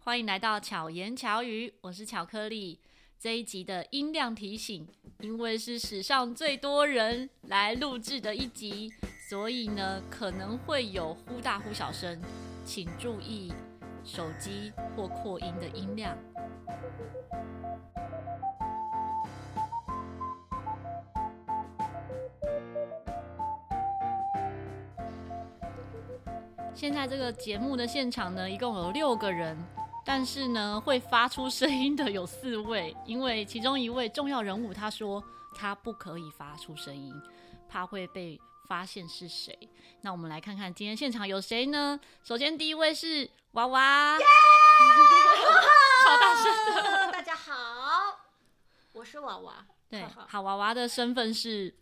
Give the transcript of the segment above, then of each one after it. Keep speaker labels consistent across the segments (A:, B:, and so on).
A: 欢迎来到巧言巧语，我是巧克力。这一集的音量提醒，因为是史上最多人来录制的一集，所以呢可能会有忽大忽小声，请注意手机或扩音的音量。现在这个节目的现场呢，一共有六个人，但是呢，会发出声音的有四位，因为其中一位重要人物他说他不可以发出声音，怕会被发现是谁。那我们来看看今天现场有谁呢？首先第一位是娃娃，超大声的。
B: Hello，大家好，我是娃娃。
A: 对，
B: 哈哈
A: 好娃娃的身份是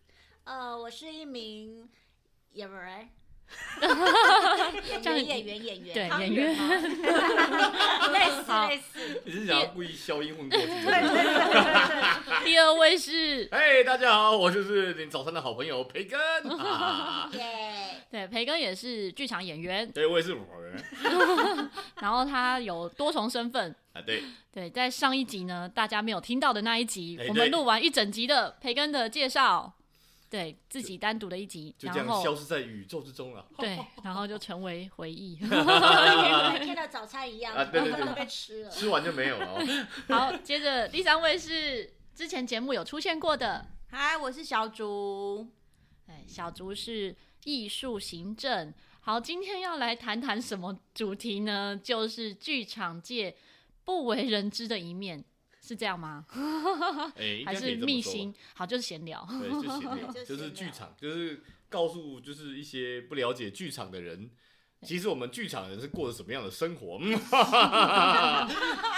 B: 呃，我是一名演员， 演
A: 这样
B: 员演员演员，
A: 对
B: 汤
A: 演员
B: 吗 类似
A: 好
B: 类似，
C: 你是想要故意消音混过去？
B: 对对对对
A: 第二位是
C: 嘿，大家好，我就是你早餐的好朋友培 根。啊
B: 对，耶！
A: 对培根也是剧场演员，
C: 对，我也是哎我人
A: 然后他有多重身份，
C: 啊，对，
A: 对，在上一集呢，大家没有听到的那一集
C: 哎，
A: 我们
C: 对
A: 录完一整集的培根的介绍，对自己单独的一集，
C: 就这
A: 然
C: 样
A: 后
C: 消失在宇宙之中了。
A: 对，然后就成为回 忆。
B: 跟天的早餐一样，
C: 啊对对对
B: 都被 吃了。
C: 吃完就没有了哦。
A: 好，接着第三位是之前节目有出现过的，
D: 嗨，我是小竹。
A: 哎，小竹是艺术行政。好，今天要来谈谈什么主题呢？就是剧场界不为人知的一面，是这样吗？
C: 哎，应
A: 还
C: 该可
A: 是
C: 以这
A: 秘
C: 么说
A: 辛
C: 吧。？
A: 好，就是闲聊。
C: 对，就闲
B: 就
C: 聊，
B: 闲聊
C: 就是剧场，就是告诉就是一些不了解剧场的人。其实我们剧场人是过着什么样的生活？ 嗯，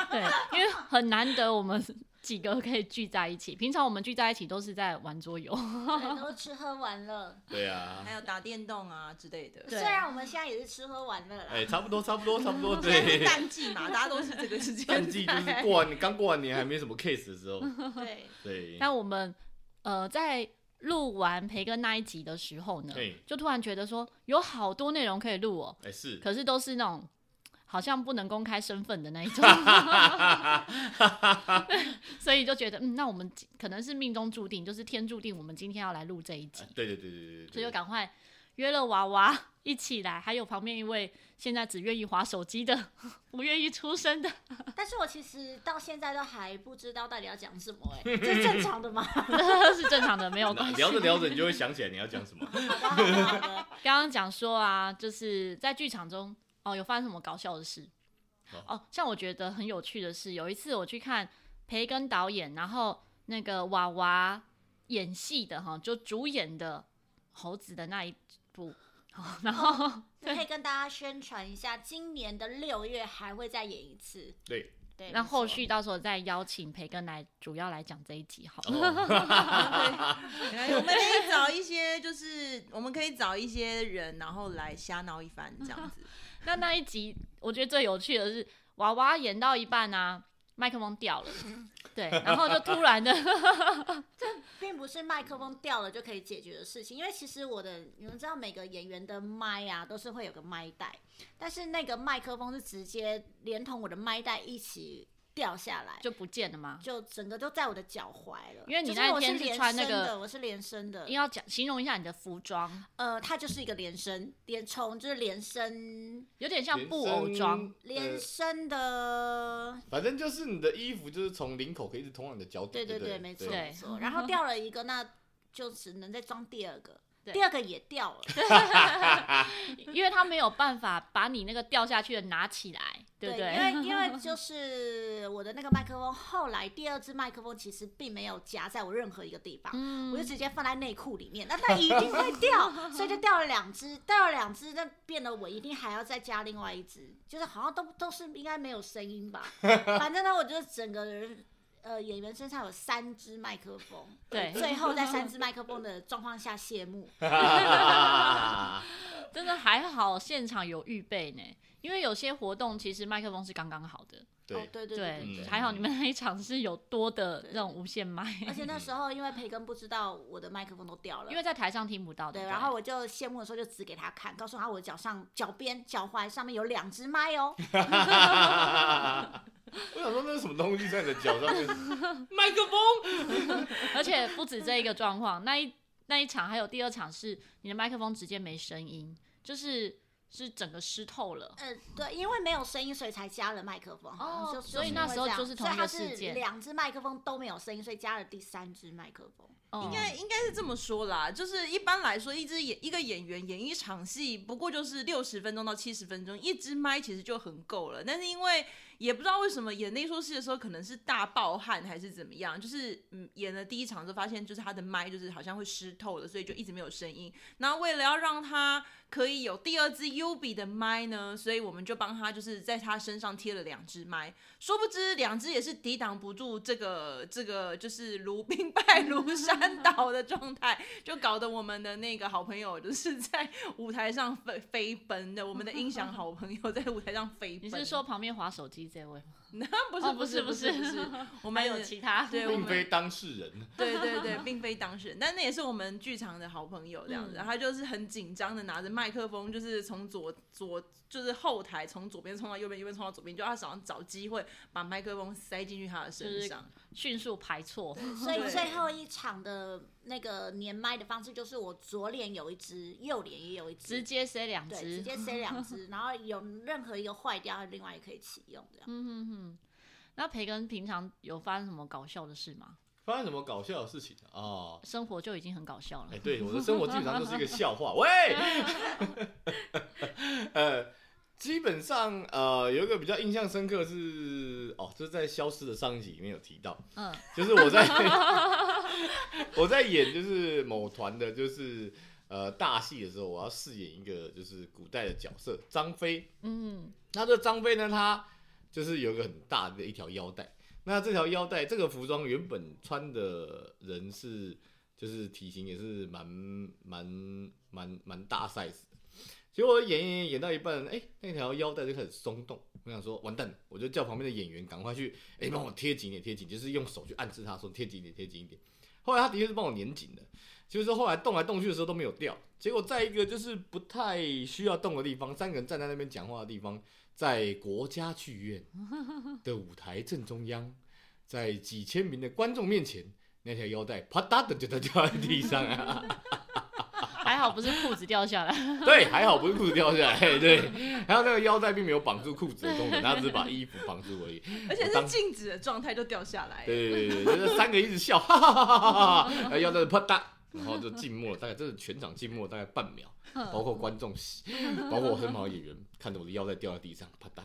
A: 对，因为很难得我们 几个可以聚在一起。平常我们聚在一起都是在玩桌游，
B: 对，都吃喝玩乐。
C: 对啊
D: 还，有打电动啊之类的，
A: 对
B: 虽然我们现在也是吃喝玩乐
C: 哎，
B: 啦，
C: 差不多，差不多，差 不多，
D: 现在是
C: 对。
D: 淡季嘛，大家都是这个时 间。
C: 淡季就是过完年，刚过完年还没什么 case 的时候，
B: 对，
C: 对，
A: 但我们呃在录完培根那一集的时候呢
C: 对，
A: 就突然觉得说有好多内容可以录哦，
C: 哎是，
A: 可是都是那种。好像不能公开身份的那一 种， 所以就觉得，嗯，那我们可能是命中注定，就是天注定，我们今天要来录这一集
C: 啊，对对对对对对，
A: 所以就赶快约了娃娃一起来，还有旁边一位现在只愿意划手机的， 不愿意出声 的，
B: 但是我其实到现在都还不知道到底要讲什么， 哎，这是正常的吗？
A: 是正常的，没有关系。
C: 聊着聊着，你就会想起来你要讲什么。
B: 好的好的好的
A: 刚刚讲说啊，就是在剧场中哦，有发生什么搞笑的事？
C: 哦
A: 哦，像我觉得很有趣的是，有一次我去看培根导演，然后那个娃娃演戏的哈，就主演的猴子的那一部，哦、然后、
B: 那可以跟大家宣传一下，今年的六月还会再演一次。
C: 对，
B: 对，
A: 那
B: 没
A: 后
B: 错
A: 续到时候再邀请培根来主要来讲这一集好了。
C: 哦，
D: 我们可以找一些，就是我们可以找一些人，然后来瞎闹一番这样子。
A: 那那一集我觉得最有趣的是娃娃演到一半啊，麦克风掉了，对，然后就突然的
B: 并不是麦克风掉了就可以解决的事情，因为其实我的，你们知道每个演员的麦啊都是会有个麦带，但是那个麦克风是直接连同我的麦带一起掉下来，
A: 就不见了嘛。
B: 就整个都在我的脚踝了。
A: 因为你
B: 就是
A: 那一
B: 我是
A: 天是
B: 连
A: 穿那
B: 身
A: 个
B: 的，我是连身的
A: 因为，要讲形容一下你的服装，
B: 呃，它就是一个连身，连从就是连身，
A: 有点像布偶装，
C: 呃
B: 连身的
C: 反正就是你的衣服就是从领口可以一直通到你的脚底，
B: 对对
C: 对不
B: 对，没错
A: 对
B: 没错。然后 掉了一个，那就只能再装第二个，
A: 对
B: 第二个也掉了，
A: 因为他没有办法把你那个掉下去的拿起来，对不对？
B: 因为因 为就是我的那个麦克风，后来第二支麦克风其实并没有夹在我任何一个地方。
A: 嗯
B: 我就直接放在内裤里面，那它一定会掉，所以就掉了两只，掉了两只，那变得我一定还要再加另外一只，就是好像都都是应该没有声音 吧，反正呢，我就整个人，呃，演员身上有三支麦克风，
A: 对
B: 最后在三支麦克风的状况下谢幕，
C: 哈哈哈哈哈哈
A: 真的还好，现场有预备呢，因为有些活动其实麦克风是刚刚好的，
C: 对
B: 哦，对对对
A: 对，嗯
C: 对
A: 还好你们那一场是有多的那种无线麦，
B: 而且那时候因为培根不知道我的麦克风都掉了，
A: 因为在台上听不到的。
B: 对，
A: 不
B: 然后我就谢幕的时候就指给他看，告诉他我的脚上、脚边、脚踝上面有两只麦 哦。
C: 我想说那是什么东西在你的脚上面？麦克风。
A: 而且不止这一个状况，那一那一场还有第二场是你的麦克风直接没声音，就是是整个湿透了。
B: 呃，对，因为没有声音，所以才加了麦克风。好像
A: 哦
B: 就
A: 所以
B: 是
A: 那
B: 会
A: 时候
B: 这样
A: 就是
B: 所
A: 同
B: 以
A: 一
B: 它
A: 个事
B: 是
A: 件
B: 两只麦克风都没有声音，所以加了第三只麦克风。
A: 嗯
D: 应该应该是这么说啦，就是一般来说，一支演一个演员演一场戏，不过就是六十分钟到七十分钟，一支麦其实就很够了。但是因为也不知道为什么演那出戏的时候，可能是大爆汗还是怎么样，就是嗯演了第一场之后发现，就是他的麦就是好像会湿透了，所以就一直没有声音。然后为了要让他可以有第二支 U B 的麦呢，所以我们就帮他就是在他身上贴了两只麦，殊不知两只也是抵挡不住这个这个就是如冰败如山倒的状态， 就搞得我们的那个好朋友就是在舞台上飞飞奔的，我们的音响好朋友在舞台上飞奔。
A: 你是说旁边划手机这位吗？
D: 不
A: 哦
D: 是不是
A: 不
D: 不
A: 是
D: 是不是，我
A: 我
D: 们
A: 有其 他，
D: 对我
C: 并
D: 们
C: 非当事人，
D: 对对对，并非当事人，但那也是我们剧场的好朋友这样子。
A: 嗯
D: 他就是很紧张的拿着麦克风，就是从左左就是后台从左边冲到右边，右边冲到左边，就他想要找机会把麦克风塞进去他的身上。
A: 迅速排 错。
B: 所以
D: 对
B: 最后一场的那个连麦的方式就是我左脸有一只，右脸也有一
A: 直
B: 只，
A: 接塞两
B: 对，直
A: 只，
B: 接 塞两只，然后有任何一个坏掉，另外也可以启用这样。
A: 嗯哼哼。那培根平常有发生什么搞笑的事吗？
C: 发生什么搞笑的事情啊？哦
A: 生活就已经很搞笑了
C: 哎、。对，我的生活基本上就是一个笑话。喂，呃，基本上呃，有一个比较印象深刻是哦，就是在《消失的上一集》里面有提到，
A: 嗯，
C: 就是我在我在演就是某团的，就是呃大戏的时候，我要饰演一个就是古代的角色张飞。
A: 嗯，
C: 那这张飞呢，他就是有一个很大的一条腰带。那这条腰带，这个服装原本穿的人是，就是体型也是蛮蛮蛮蛮大 size 的。结果演演演演到一半，哎、那条腰带就开始松动。我想说，完蛋了，我就叫旁边的演员赶快去，哎、帮我贴紧一点，贴紧，就是用手去暗示他说贴紧一点，贴紧一点。后来他的确是帮我粘紧的，就是后来动来动去的时候都没有掉。结果在一个就是不太需要动的地方，三个人站在那边讲话的地方，在国家剧院的舞台正中央，在几千名的观众面前，那条腰带啪嗒的就掉在地上啊！
A: 还好不是裤子掉下来。
C: 对，还好不是裤子掉下来，对，还有那个腰带并没有绑住裤子的功能，它只是把衣服绑住而已。
D: 而且
C: 我
D: 是
C: 当
D: 静止的状态就掉下
A: 哎
D: 来。
C: 对对对对，就是三个一直笑， 哈哈哈哈哈哈，然后腰带啪嗒，然后就静默了，大概真的全场静默大概半秒，
A: 嗯
C: 包括观众，包括我身旁的演员，看着我的腰带掉在地上，啪嗒，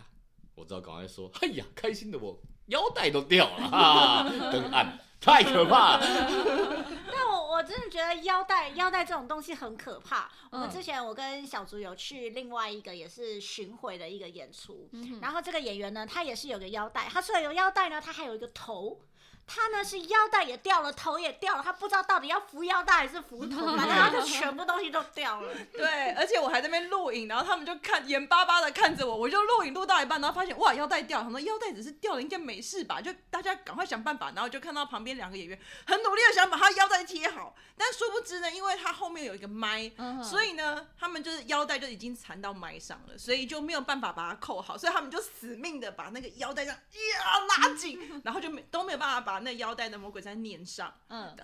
C: 我知道赶快说，哎呀，开心的我腰带都掉了，哈哈，灯暗，太可 怕了，
B: 但我我真的觉得腰带腰带这种东西很可怕。我们
A: 嗯
B: 之前我跟小竹有去另外一个也是巡回的一个演出，
A: 嗯哼
B: 然后这个演员呢，他也是有个腰带，他除了有腰带呢，他还有一个头。他呢是腰带也掉了，头也掉了，他不知道到底要扶腰带还是扶头，反正他就全部东西都掉了。
D: 对，而且我还在那边录影，然后他们就看眼巴巴的看着我，我就录影录到一半，然后发现哇腰带掉，他们腰带只是掉了，应该没事吧？就大家赶快想办法，然后就看到旁边两个演员很努力的想把他腰带贴好，但殊不知呢，因为他后面有一个麦，
A: 嗯哼
D: 所以呢，他们就是腰带就已经缠到麦上了，所以就没有办法把它扣好，所以他们就死命的把那个腰带这样呀拉紧， 然后就没都没有办法把那腰带的魔鬼毡粘上。
A: 嗯，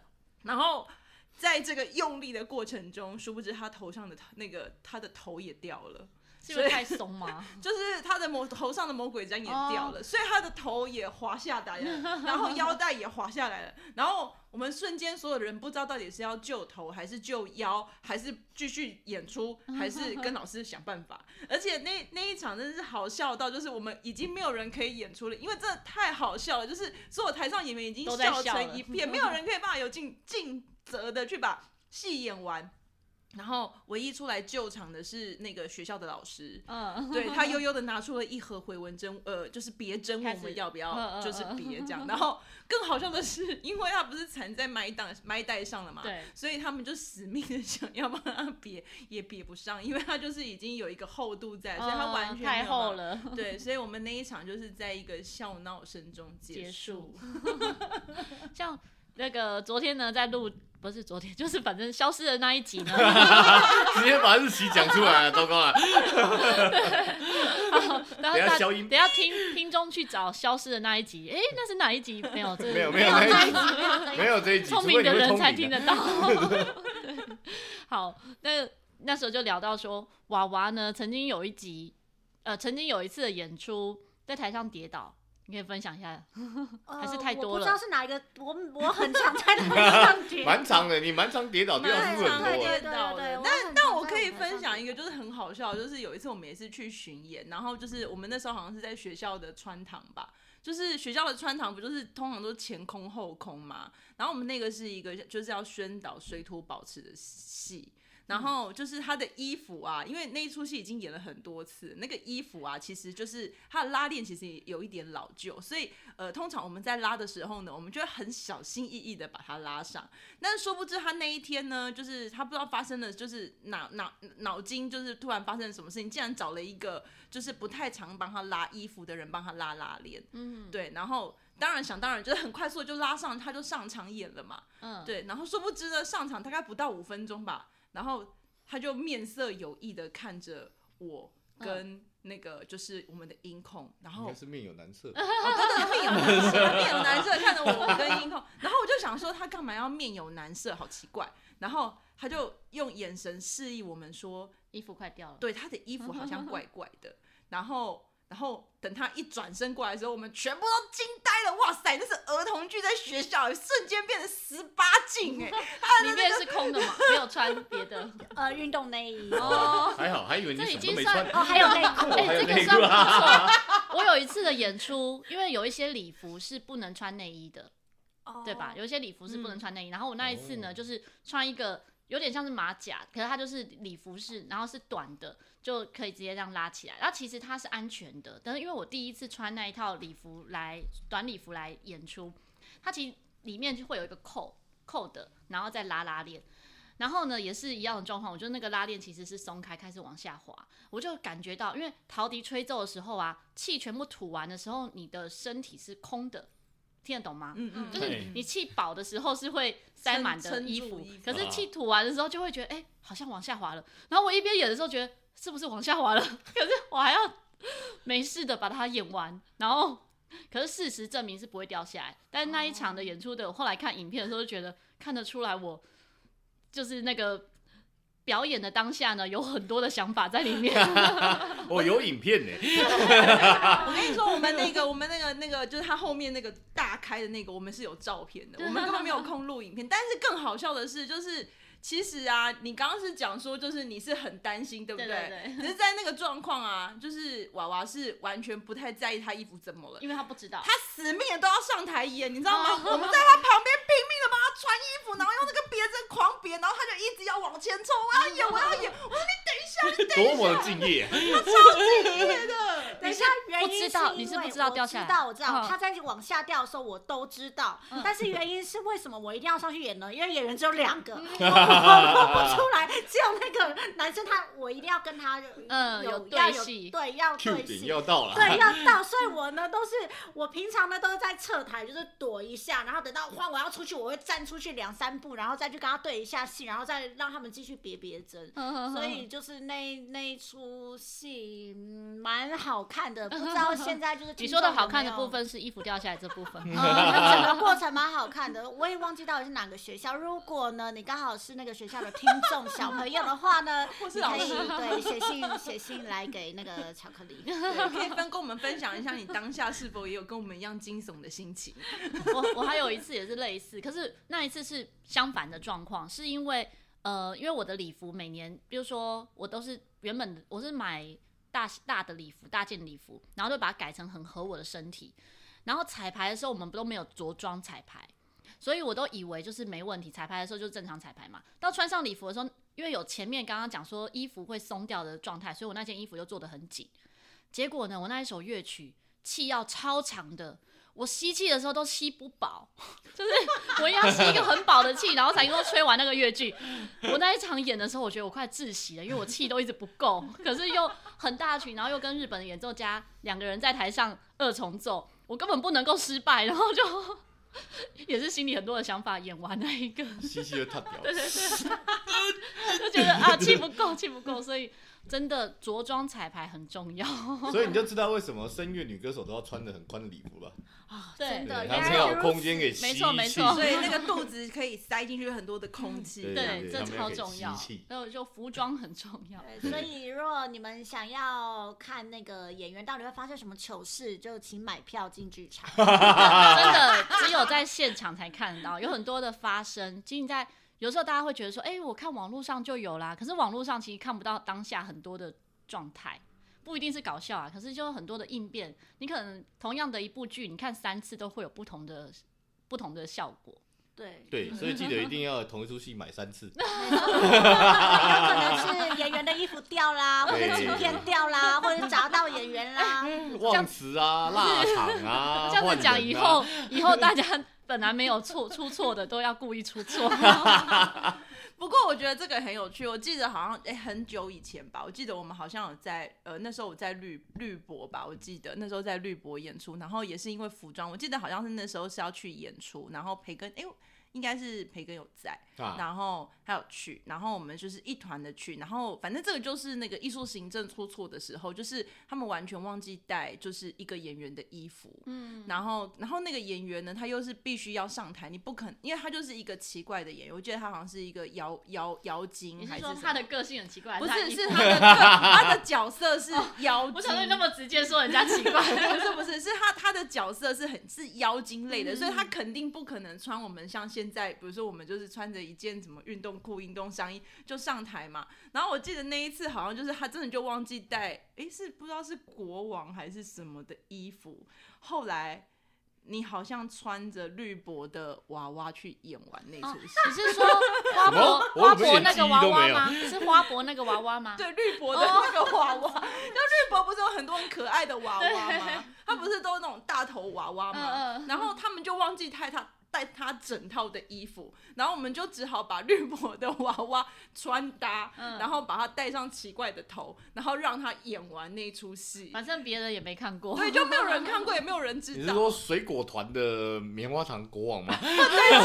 D: 然后在这个用力的过程中，殊不知他头上的那个他的头也掉了，
A: 是因为太松吗？
D: 就是他的魔头上的魔鬼毡也掉了，
A: 哦
D: 所以他的头也滑下来 了，然后腰带也滑下来了，然后我们瞬间所有人不知道到底是要救头还是救腰，还是继续 演出，还是跟老师想办法。而且那那一场真的是好笑到，就是我们已经没有人可以演出了，因为真的太好笑了，就是所有台上演员已经
A: 都在
D: 笑
A: 笑
D: 成
A: 了
D: 一片，没有人可以办法有尽尽责的去把戏演完。然后唯一出来救场的是那个学校的老师，
A: 嗯，
D: 对他悠悠的拿出了一盒回纹针，呃，就是别针
A: 开
D: 我
A: 始
D: 们要不
A: 嗯嗯
D: 要，就是
A: 嗯
D: 别这 样。然后更好笑的是，因为他不是缠在麦档麦带上了嘛，
A: 对，
D: 所以他们就死命的想要帮他别，也别不上，因为他就是已经有一个厚度在， 所以他完全
A: 嗯太
D: 没有办
A: 厚
D: 法。
A: 了，
D: 对，所以我们那一场就是在一个笑闹声中
A: 结
D: 结
A: 束。像那个昨天呢，在录不是昨天，就是反正消失的那一集呢，
C: 直接把日期讲出来了，糟糕了。
A: 然后
C: 等一下
A: 大
C: 消音
A: 等一下听听众去找消失的那一集，诶，那是哪一集？没有，这
C: 没有没
B: 没
C: 有
B: 有在一
C: 没
B: 起，没有在一
C: 有没
B: 起。
C: 有这一集，
A: 聪
C: 除非
A: 明
C: 你
A: 的
C: 会
A: 人
C: 通
A: 才
C: 灵
A: 听
C: 啊
A: 得到。好，那那时候就聊到说，娃娃呢曾经有一集，呃，曾经有一次的演出在台上跌倒，你可以分享一下。还是
B: 呃
A: 太多
B: 我不
A: 了
B: 知道是哪一个，我我很常在那 个上跌，
C: 蛮长的，你蛮长跌倒，掉
D: 蛮
C: 是
D: 常
C: 很
B: 对
C: 多啊。
B: 对对
D: 跌
B: 对
D: 倒
B: 对
D: 的。
B: 我
D: 但
B: 很
D: 但
B: 常
D: 我
B: 在
D: 可以
B: 舞台
D: 分
B: 上
D: 享一
B: 跌
D: 个，就是很好笑，就是有一次我们也是去巡演，然后就是我们那时候好像是在学校的穿堂吧。就是学校的穿堂不就是通常都是前空后空嘛，然后我们那个是一个就是要宣导水土保持的戏，然后就是他的衣服啊，因为那一出戏已经演了很多次，那个衣服啊，其实就是它的拉链其实也有一点老旧，所以呃，通常我们在拉的时候呢，我们就会很小心翼翼的把它拉上。但殊不知他那一天呢，就是他不知道发生了，就是脑脑脑筋就是突然发生了什么事情，竟然找了一个就是不太常帮他拉衣服的人帮他拉拉链，
A: 嗯
D: 对，然后当然想当然就是很快速地就拉上，他就上场演了嘛，
A: 嗯，
D: 对，然后殊不知呢，上场大概不到五分钟吧，然后他就面色有意的看着我
A: 嗯
D: 跟那个就是我们的音控，然
C: 应
D: 后
C: 该是面有难色，
D: 哦，对对，面有难色，面有难色，看着我，我跟音控，然后我就想说他干嘛要面有难色，好奇怪。然后他就用眼神示意我们说，
A: 衣服快掉了。
D: 对他的衣服好像怪怪的。然后，然后等他一转身过来的时候，我们全部都惊呆了。哇塞，那是儿童剧在学校，瞬间变成十八禁哎！
A: 里面是空的嘛，没有穿别的。
B: 呃，运动内衣。
A: 哦，
C: 还好，还以为你
A: 这已
C: 什么都
A: 经
C: 没
A: 算
C: 穿。
B: 哦，还有内裤，
A: 哎、
C: 还有
A: 这个
C: 内
A: 算不
C: 裤啊
A: 错。我有一次的演出，因为有一些礼服是不能穿内衣的，
B: 哦
A: 对吧？有一些礼服是不能穿内衣。然后我那一次呢，
C: 哦
A: 就是穿一个有点像是马甲，可是它就是礼服是，然后是短的，就可以直接这样拉起来。然后其实它是安全的，但是因为我第一次穿那一套礼服来短礼服来演出，它其实里面就会有一个扣扣的，然后再拉拉链。然后呢，也是一样的状况，我觉得那个拉链其实是松开，开始往下滑，我就感觉到，因为陶笛吹奏的时候啊，气全部吐完的时候，你的身体是空的，听得懂吗？
D: 嗯
B: 嗯
D: 嗯，
A: 就是
C: 对
A: 你你气饱的时候是会塞满的
D: 撑
A: 衣
D: 撑
A: 服
D: 住衣，服
A: 可是气吐完的时候就会觉得，哎、好像往下滑了。然后我一边演的时候觉得是不是往下滑了， 可是我还要没事的把它演完。然后，可是事实证明是不会掉下来。但是那一
B: 哦
A: 场的演出的，我后来看影片的时候就觉得看得出来我就是那个。表演的当下呢，有很多的想法在里 面。
C: 我哦有影 片呢，
D: 我跟你说，我们那个，我们那个，那个，就是他后面那个大开的那个，我们是有照片的，我们根本没有空录影片。但是更好笑的是，就是其实啊，你刚刚是讲说，就是你是很担心，对不
A: 对对
D: 只是在那个状况啊，就是娃娃是完全不太在意他衣服怎么了。
A: 因为他不知道
D: 他，死命的都要上台演，你 知道吗？我们在他旁边拼命的帮他穿衣服，然后用那个别针狂别，然后他就一直要往前冲，啊 我
B: 哦
D: 要演，我要演，我说你等一下，你等一
C: 多
D: 下，
C: 么的敬业啊！
D: 他超 敬业的。
B: 等一下，原因因为
A: 你是不知道
B: 我
A: 掉下来
B: 知道，我知道，
A: 嗯
B: 他在往下掉的时候我都知道，但是原因是为什么我一定要上去演呢？因为演员只有 两个，我我不出来，只有那个男生他，我一定要跟他呃
A: 嗯
B: 有
A: 有对
B: 要有
A: 戏
B: 对，要
C: Q
B: 对
C: 点
B: 戏。
C: 要到了，
B: 对，要到，所以我呢都是我平常呢都是在侧台，就是躲一下，然后等到换我要出去，我会站出去两三步，然后再去跟他对一下戏，然后再让他们继续别别针。
A: 嗯
B: 所以就是那那一出戏嗯蛮好看的，不知道现在就是
A: 嗯你
B: 听
A: 说的
B: 众
A: 好
B: 有
A: 看
B: 没
A: 的
B: 有
A: 部。分是衣服掉下来这部分。
B: 呃那整个过程蛮好看的，我也忘记到底是哪个学校。如果呢，你刚好是那个学校的听众小朋友的话 呢，
D: 或是
B: 你可
D: 老
B: 以
D: 师
B: 对写信写信来给那个巧克 力。
D: 对，可以分跟我们分享一下你当下是否也有跟我们一样惊悚的心情？
A: 我我还有一次也是类似，可是那一次是相反的状况，是因为呃，因为我的礼服每年，比如说我都是原本我是买大大的礼服、大件礼服，然后就把它改成很合我的身体。然后彩排的时候，我们都没有着装彩排，所以我都以为就是没问题，彩排的时候就正常彩排嘛。到穿上礼服的时候，因为有前面刚刚讲说衣服会松掉的状态，所以我那件衣服就做的很紧。结果呢，我那一首乐曲气要超长的，我吸气的时候都吸不饱， 就是我一定要吸一个很饱的气，然后才能够吹完那个乐句。我那一场演的时候，我觉得我快窒息了，因为我气都一直不够， 可是又很大群，然后又跟日本的演奏家两个人在台上二重奏，我根本不能够失败，然后就 也是心里很多的想法，演完那一个
C: 西西就踏掉 了。
A: 就觉得啊气不够，气不够，所以真的着装彩排很重要。
C: 所以你就知道为什么声乐女歌手都要穿的很宽的礼服了，
B: 啊，
A: 对
B: 真的，
C: 对，
B: 原
C: 她
B: 来
C: 才有
B: 如
C: 空
B: 此
C: 间给吸
A: 没
C: 气
A: 错没错
D: 所以那个肚子可以塞进去很多的空气。
C: 哦嗯对
A: 对，这
C: 他们要
A: 超
C: 给
A: 重要。
C: 吸气
A: 还有就服装很重要。
B: 对所以，若你们想要看那个演员到底会发生什么糗事，就请买票进剧场。
C: 啊
A: 真的只有在现场才看得到， 有很多的发生。仅仅在有时候大家会觉得说，哎、我看网络上就有啦，可是网络上其实看不到当下很多的状态，不一定是搞笑啊，可是就有很多的应变。你可能同样的一部剧，你看三次都会有不同的不同的效果。
B: 对，
C: 对，所以记得一定要同一出戏买三次。
B: 有可哦能是演员的衣服掉啦，或者
C: 对
B: 景片掉啦，或者砸到演员啦。
C: 忘词啊，腊肠啊，
A: 这样
C: 换
A: 子讲，
C: 人
A: 以
C: 啊
A: 后、以后大家本来没有错出错的，都要故意出 错。
D: 不过我觉得这个很有趣，我记得好像诶很久以前吧，我记得我们好像有在呃那时候我在绿绿博吧，我记得那时候在绿博演出，然后也是因为服装，我记得好像是那时候是要去演出，然后培根哎、应该是培根有在，
C: 啊，
D: 然后还有去，然后我们就是一团的去，然后反正这个就是那个艺术行政出错的时候，就是他们完全忘记带就是一个演员的衣服，嗯，然后然后那个演员呢，他又是必须要上台，你不肯，因为他就是一个奇怪的演员，我记得他好像是一个妖妖妖精
A: 你
D: 还
A: 是
D: 是
A: 说
D: 什
A: 他
D: 么
A: 的个性很奇怪？
D: 不
A: 还
D: 是
A: 衣
D: 是
A: 服
D: 他的特他的角 色是妖精，
A: 哦我想说你那么直接说人家奇怪，
D: 不是不是，是他他的角色是很是妖精类的，所
A: 嗯
D: 以他肯定不可能穿我们像现在，比如说我们就是穿着一件什么运动裤、运动上衣就上台嘛。然后我记得那一次好像就是他真的就忘记带，诶，是不知道是国王还是什么的衣服。后来你好像穿着绿博的娃娃去演完那出戏。
A: 哦你是说花
C: 么
A: 博
C: 我
A: 花
C: 怎么
A: 博
C: 一点
A: 那
C: 记
A: 个
C: 忆
A: 娃
C: 都
A: 娃
C: 没有
A: 吗？是花博那个娃娃吗？
D: 对绿博的那个娃娃，
A: 哦
D: 就绿博不是有很多很可爱的娃娃 吗？他不是都那种大头娃娃吗？
A: 嗯嗯
D: 然后他们就忘记带他带他整套的衣服，然后我们就只好把绿博的娃娃穿搭，
A: 嗯
D: 然后把它戴上奇怪的头，然后让他演完那出戏。
A: 反正别人也没看过。
D: 对，就没有人看过，也没有人
C: 你
D: 知
C: 是
D: 道。
C: 说水果团的棉花糖国王吗？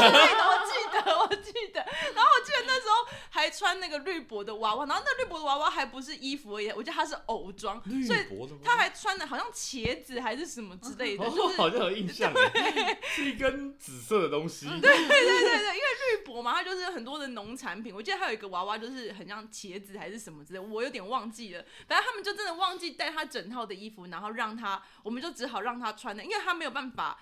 D: 对的，我记得。然后我记得那时候还穿那个绿博的娃娃，然后那绿博的娃娃还不是衣服而已，我记得它是偶装，
C: 绿
D: 所以
C: 博的吗？
D: 他还穿的好像茄子还是什么之 类的，
C: 哦， 好像有印象哎，是一根紫色的东西。
D: 对对对对，因为绿博嘛，它就是很多的农产品。我记得还有一个娃娃，就是很像茄子还是什么之类，我有点忘记了。反正他们就真的忘记带他整套的衣服，然后让他，我们就只好让他穿的，因为他没有办法。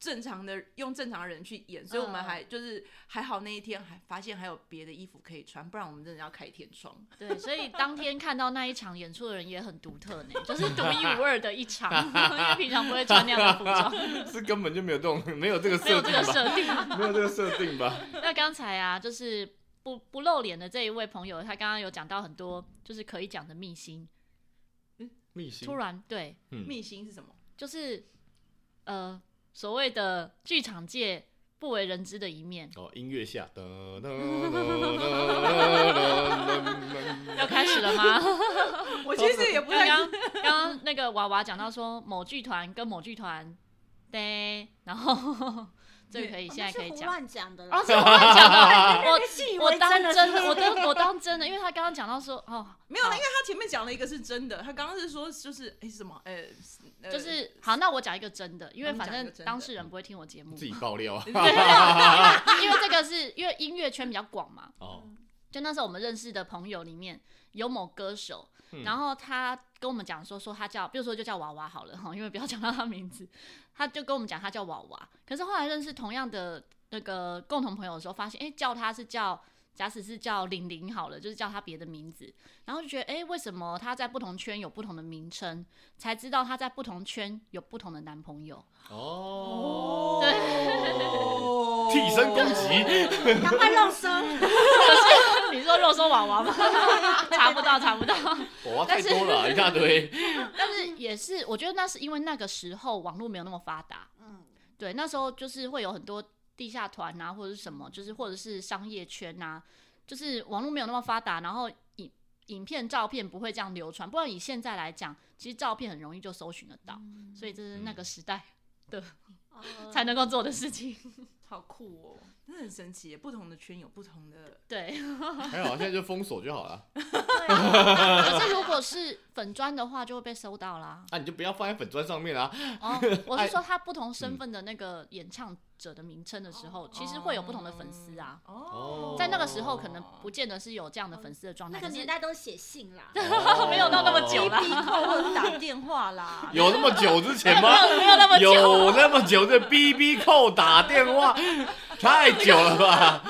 D: 正常的用正常人去演，所以我们
A: 嗯
D: 还就是还好那一天还发现还有别的衣服可以穿，不然我们真的要开天窗。
A: 对，所以当天看到那一场演出的人也很独特呢，就是独一无二的一 场，因为平常不会穿那样的服装，
C: 是根本就没有这种，没有这个
A: 没有
C: 设
A: 这
C: 定
A: 个
C: 吧？
A: 设定。
C: 没有这个设定吧？
A: 那刚才啊，就是不不露脸的这一位朋友，他刚刚有讲到很多就是可以讲的秘辛，
C: 密辛
A: 突然对，
C: 嗯
D: 密星是什么？
A: 就是呃所谓的剧场界不为人知的一 面，
C: 哦，音乐下，
A: 要开始了吗？
D: 我其实也不
A: 刚
D: 太
A: 刚刚刚那个娃娃讲到说某剧团跟某剧团对，然后 这个可以现在可以
B: 嗯我们是胡
A: 讲。
B: 乱讲的啦
A: 哦，。这我乱讲的，我
B: 自以
A: 我
B: 为
A: 当
B: 真的
A: 真
B: 是
A: 的，我当 我当真的，因为他刚刚讲到说哦，
D: 没有啦，
A: 好
D: 因为他前面讲了一个是真的，他刚刚是说就是哎、什么呃，呃
A: 就是 好，那我讲一个真的，因为
D: 好你
A: 反
D: 讲一个
A: 正
D: 真的
A: 当事人不会听我节目，
C: 自己爆料啊！
A: 对，因为因为这个是因为音乐圈比较广嘛，
C: 哦，
A: 就那时候我们认识的朋友里面有某歌手，
C: 嗯
A: 然后他跟我们讲说说他叫，比如说就叫娃娃好了哈，因为不要讲到他名字， 他就跟我们讲他叫娃娃。可是后来认识同样的那个共同朋友的时候，发现哎、诶叫他是叫。假使是叫玲玲好了，就是叫他别的名字，然后就觉得，哎、为什么他在不同圈有不同的名称？才知道他在不同圈有不同的男朋友。
C: 哦，
A: 对
D: 哦
C: 替身攻 击，
B: 赶快肉身，
A: 你说肉松娃娃吗？查不到，查不到。
C: 哇，太多了，一大堆。
A: 但是也是，我觉得那是因为那个时候网络没有那么发达，
B: 嗯，
A: 对，那时候就是会有很多地下团啊，或者是什么，就是或者是商业圈啊，就是网络没有那么发达，然后影影片、照片不会这样流传，不然以现在来讲，其实照片很容易就搜寻得到，
B: 嗯
A: 所以这是那个时代
B: 哦
A: 才能够做的事情。
D: 好酷哦，真的很神奇耶，不同的圈有不同的。
A: 对，
C: 还好，现在就封锁就好了。
B: 对 啊
A: 可是如果是粉砖的话，就会被搜到 啦。
C: 啊那、你就不要放在粉砖上面啊啦。
A: 哦，我
B: 哎
A: 是说他不同
B: 嗯
A: 身份的那个演唱者的名称的时
B: 哦
A: 候，其实会有不同的粉丝啊。
D: 哦，
A: 在那个时候，可能不见得是有这样的粉丝的状态。
B: 那个
A: 可是
B: 年代都写信啦，
C: 哦。
A: 没有到那么久啦
D: 逼迫或者打电话啦
C: 有那么久之前吗？
A: 没 有那么久
C: 有那么久的 B B 扣打电话，太久 了吧？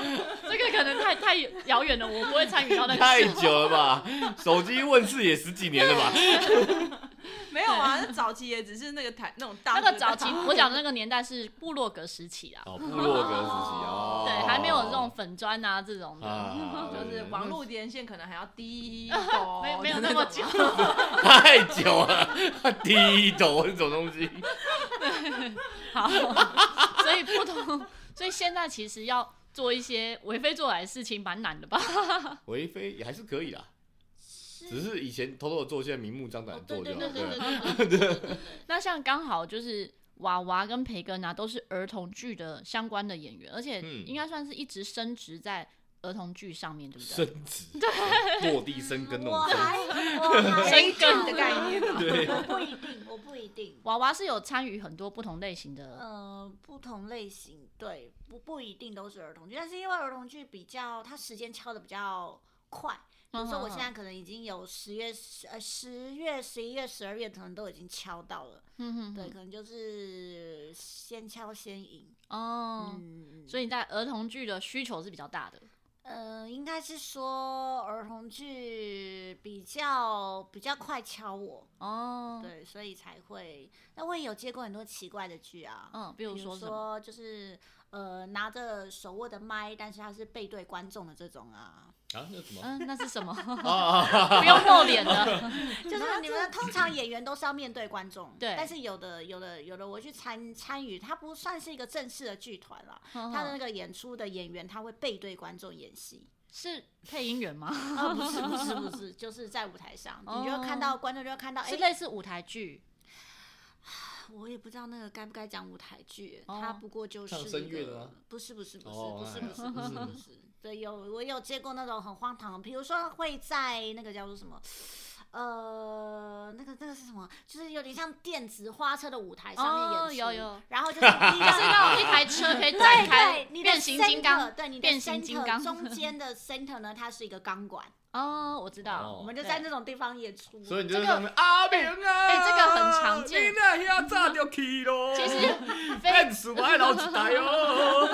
A: 这个可能太太遥远了，我不会参与到那个
C: 太
A: 事。
C: 久了吧？手机问世也十几年了吧？
D: 没有啊，那早期也只是那个台那种大
A: 那个早期， 我讲的那个年代是部落格时期啊，
C: 哦，部落格时期哦，
A: 对，还没有这种粉砖啊这种的，
C: 啊，
D: 就是网络连线可能还要低 抖，
C: 哦
A: 没没有那么久。
C: 太久了，低抖这种东西，
A: 好， 所以不同，所以现在其实要做一些为非作歹的事情，蛮难的吧？
C: 为非也还是可以啦，只
B: 是
C: 是以前偷偷的做，现在明目张胆
B: 哦
C: 的
B: 对
C: 做
B: 对
C: 就好
B: 对
C: 了。
B: 对
C: 对
B: 对
C: 啊
B: 对对，
A: 那像刚好就是娃娃跟培根啊，都是儿童剧的相关的演员，而且
C: 嗯
A: 应该算是一直升职在儿童剧上面，对不对？
C: 升职，对，落地生根那
B: 我
C: 种生。
B: 还我还
A: 深耕
D: 的概念啊
C: 对
B: 我不一定，我不一定。
A: 娃娃是有参与很多不同类型的，
B: 呃，不同类型，对，不不一定都是儿童剧，但是因为儿童剧比较，它时间敲的比较快。比如
A: 嗯
B: 说，我现在可能已经有十月、十呃十月、十一月、十二月，可能都已经敲到了。
A: 嗯哼
B: 对，
A: 哼，
B: 可能就是先敲先赢。
A: 哦，
B: 嗯，
A: 所以在儿童剧的需求是比较大的。
B: 呃，应该是说儿童剧比较比较快敲我，
A: 哦，，
B: 对，所以才会。那我也有接过很多奇怪的剧啊，
A: 嗯，比
B: 比
A: 如
B: 如
A: 说什么？
B: 说就是呃拿着手握的麦，但是他是背对观众的这 种啊，
C: 啊，那什么？
A: 嗯，那是 什么？
C: 啊，
A: 不用露脸 的。
B: 就是你们通常演员都是要面对观众，
A: 对
B: 但是有的有的有的我去参参与，他不算是一个正式的剧团啦，
A: 哦
B: 他的那个演出的演员他会背对观众演戏。
A: 是配音员吗？
B: 啊，不是不是不是，就是在舞台上，你就会看到观众就会看到，哎、
A: 哦是类似舞台剧
B: 我也不知道那个该不该讲舞台剧，
A: 哦
B: 它不过就是
C: 唱
B: 一
C: 声乐
B: 个
C: 的吗
B: 不是不是不是
C: 哦
B: 不是
C: 那
B: 不是不是
C: 还好
B: 不是，对，有我有接过那种很荒唐的，比如说会在那个叫做什么。呃，那个那个是什么？就是有点像电子花车的舞台上面演出，
A: 哦有有
B: 然后就是你
A: 是那种一
B: 的
A: 台车 可以展
B: 对
A: 开
B: 对，你的
A: 变形金刚
B: center，，对你的
A: 变形金
B: center
A: 刚。
B: 中间的 center 呢，它是一个钢管，
A: 哦，我知
C: 哦
A: 道
B: 我。们就在
A: 对
B: 那种地方演出。
C: 所以你就在上面阿明啊，
A: 哎这个很常见
C: 你那要炸掉去咯。
A: 其 实非
C: 但是我爱老几台哦。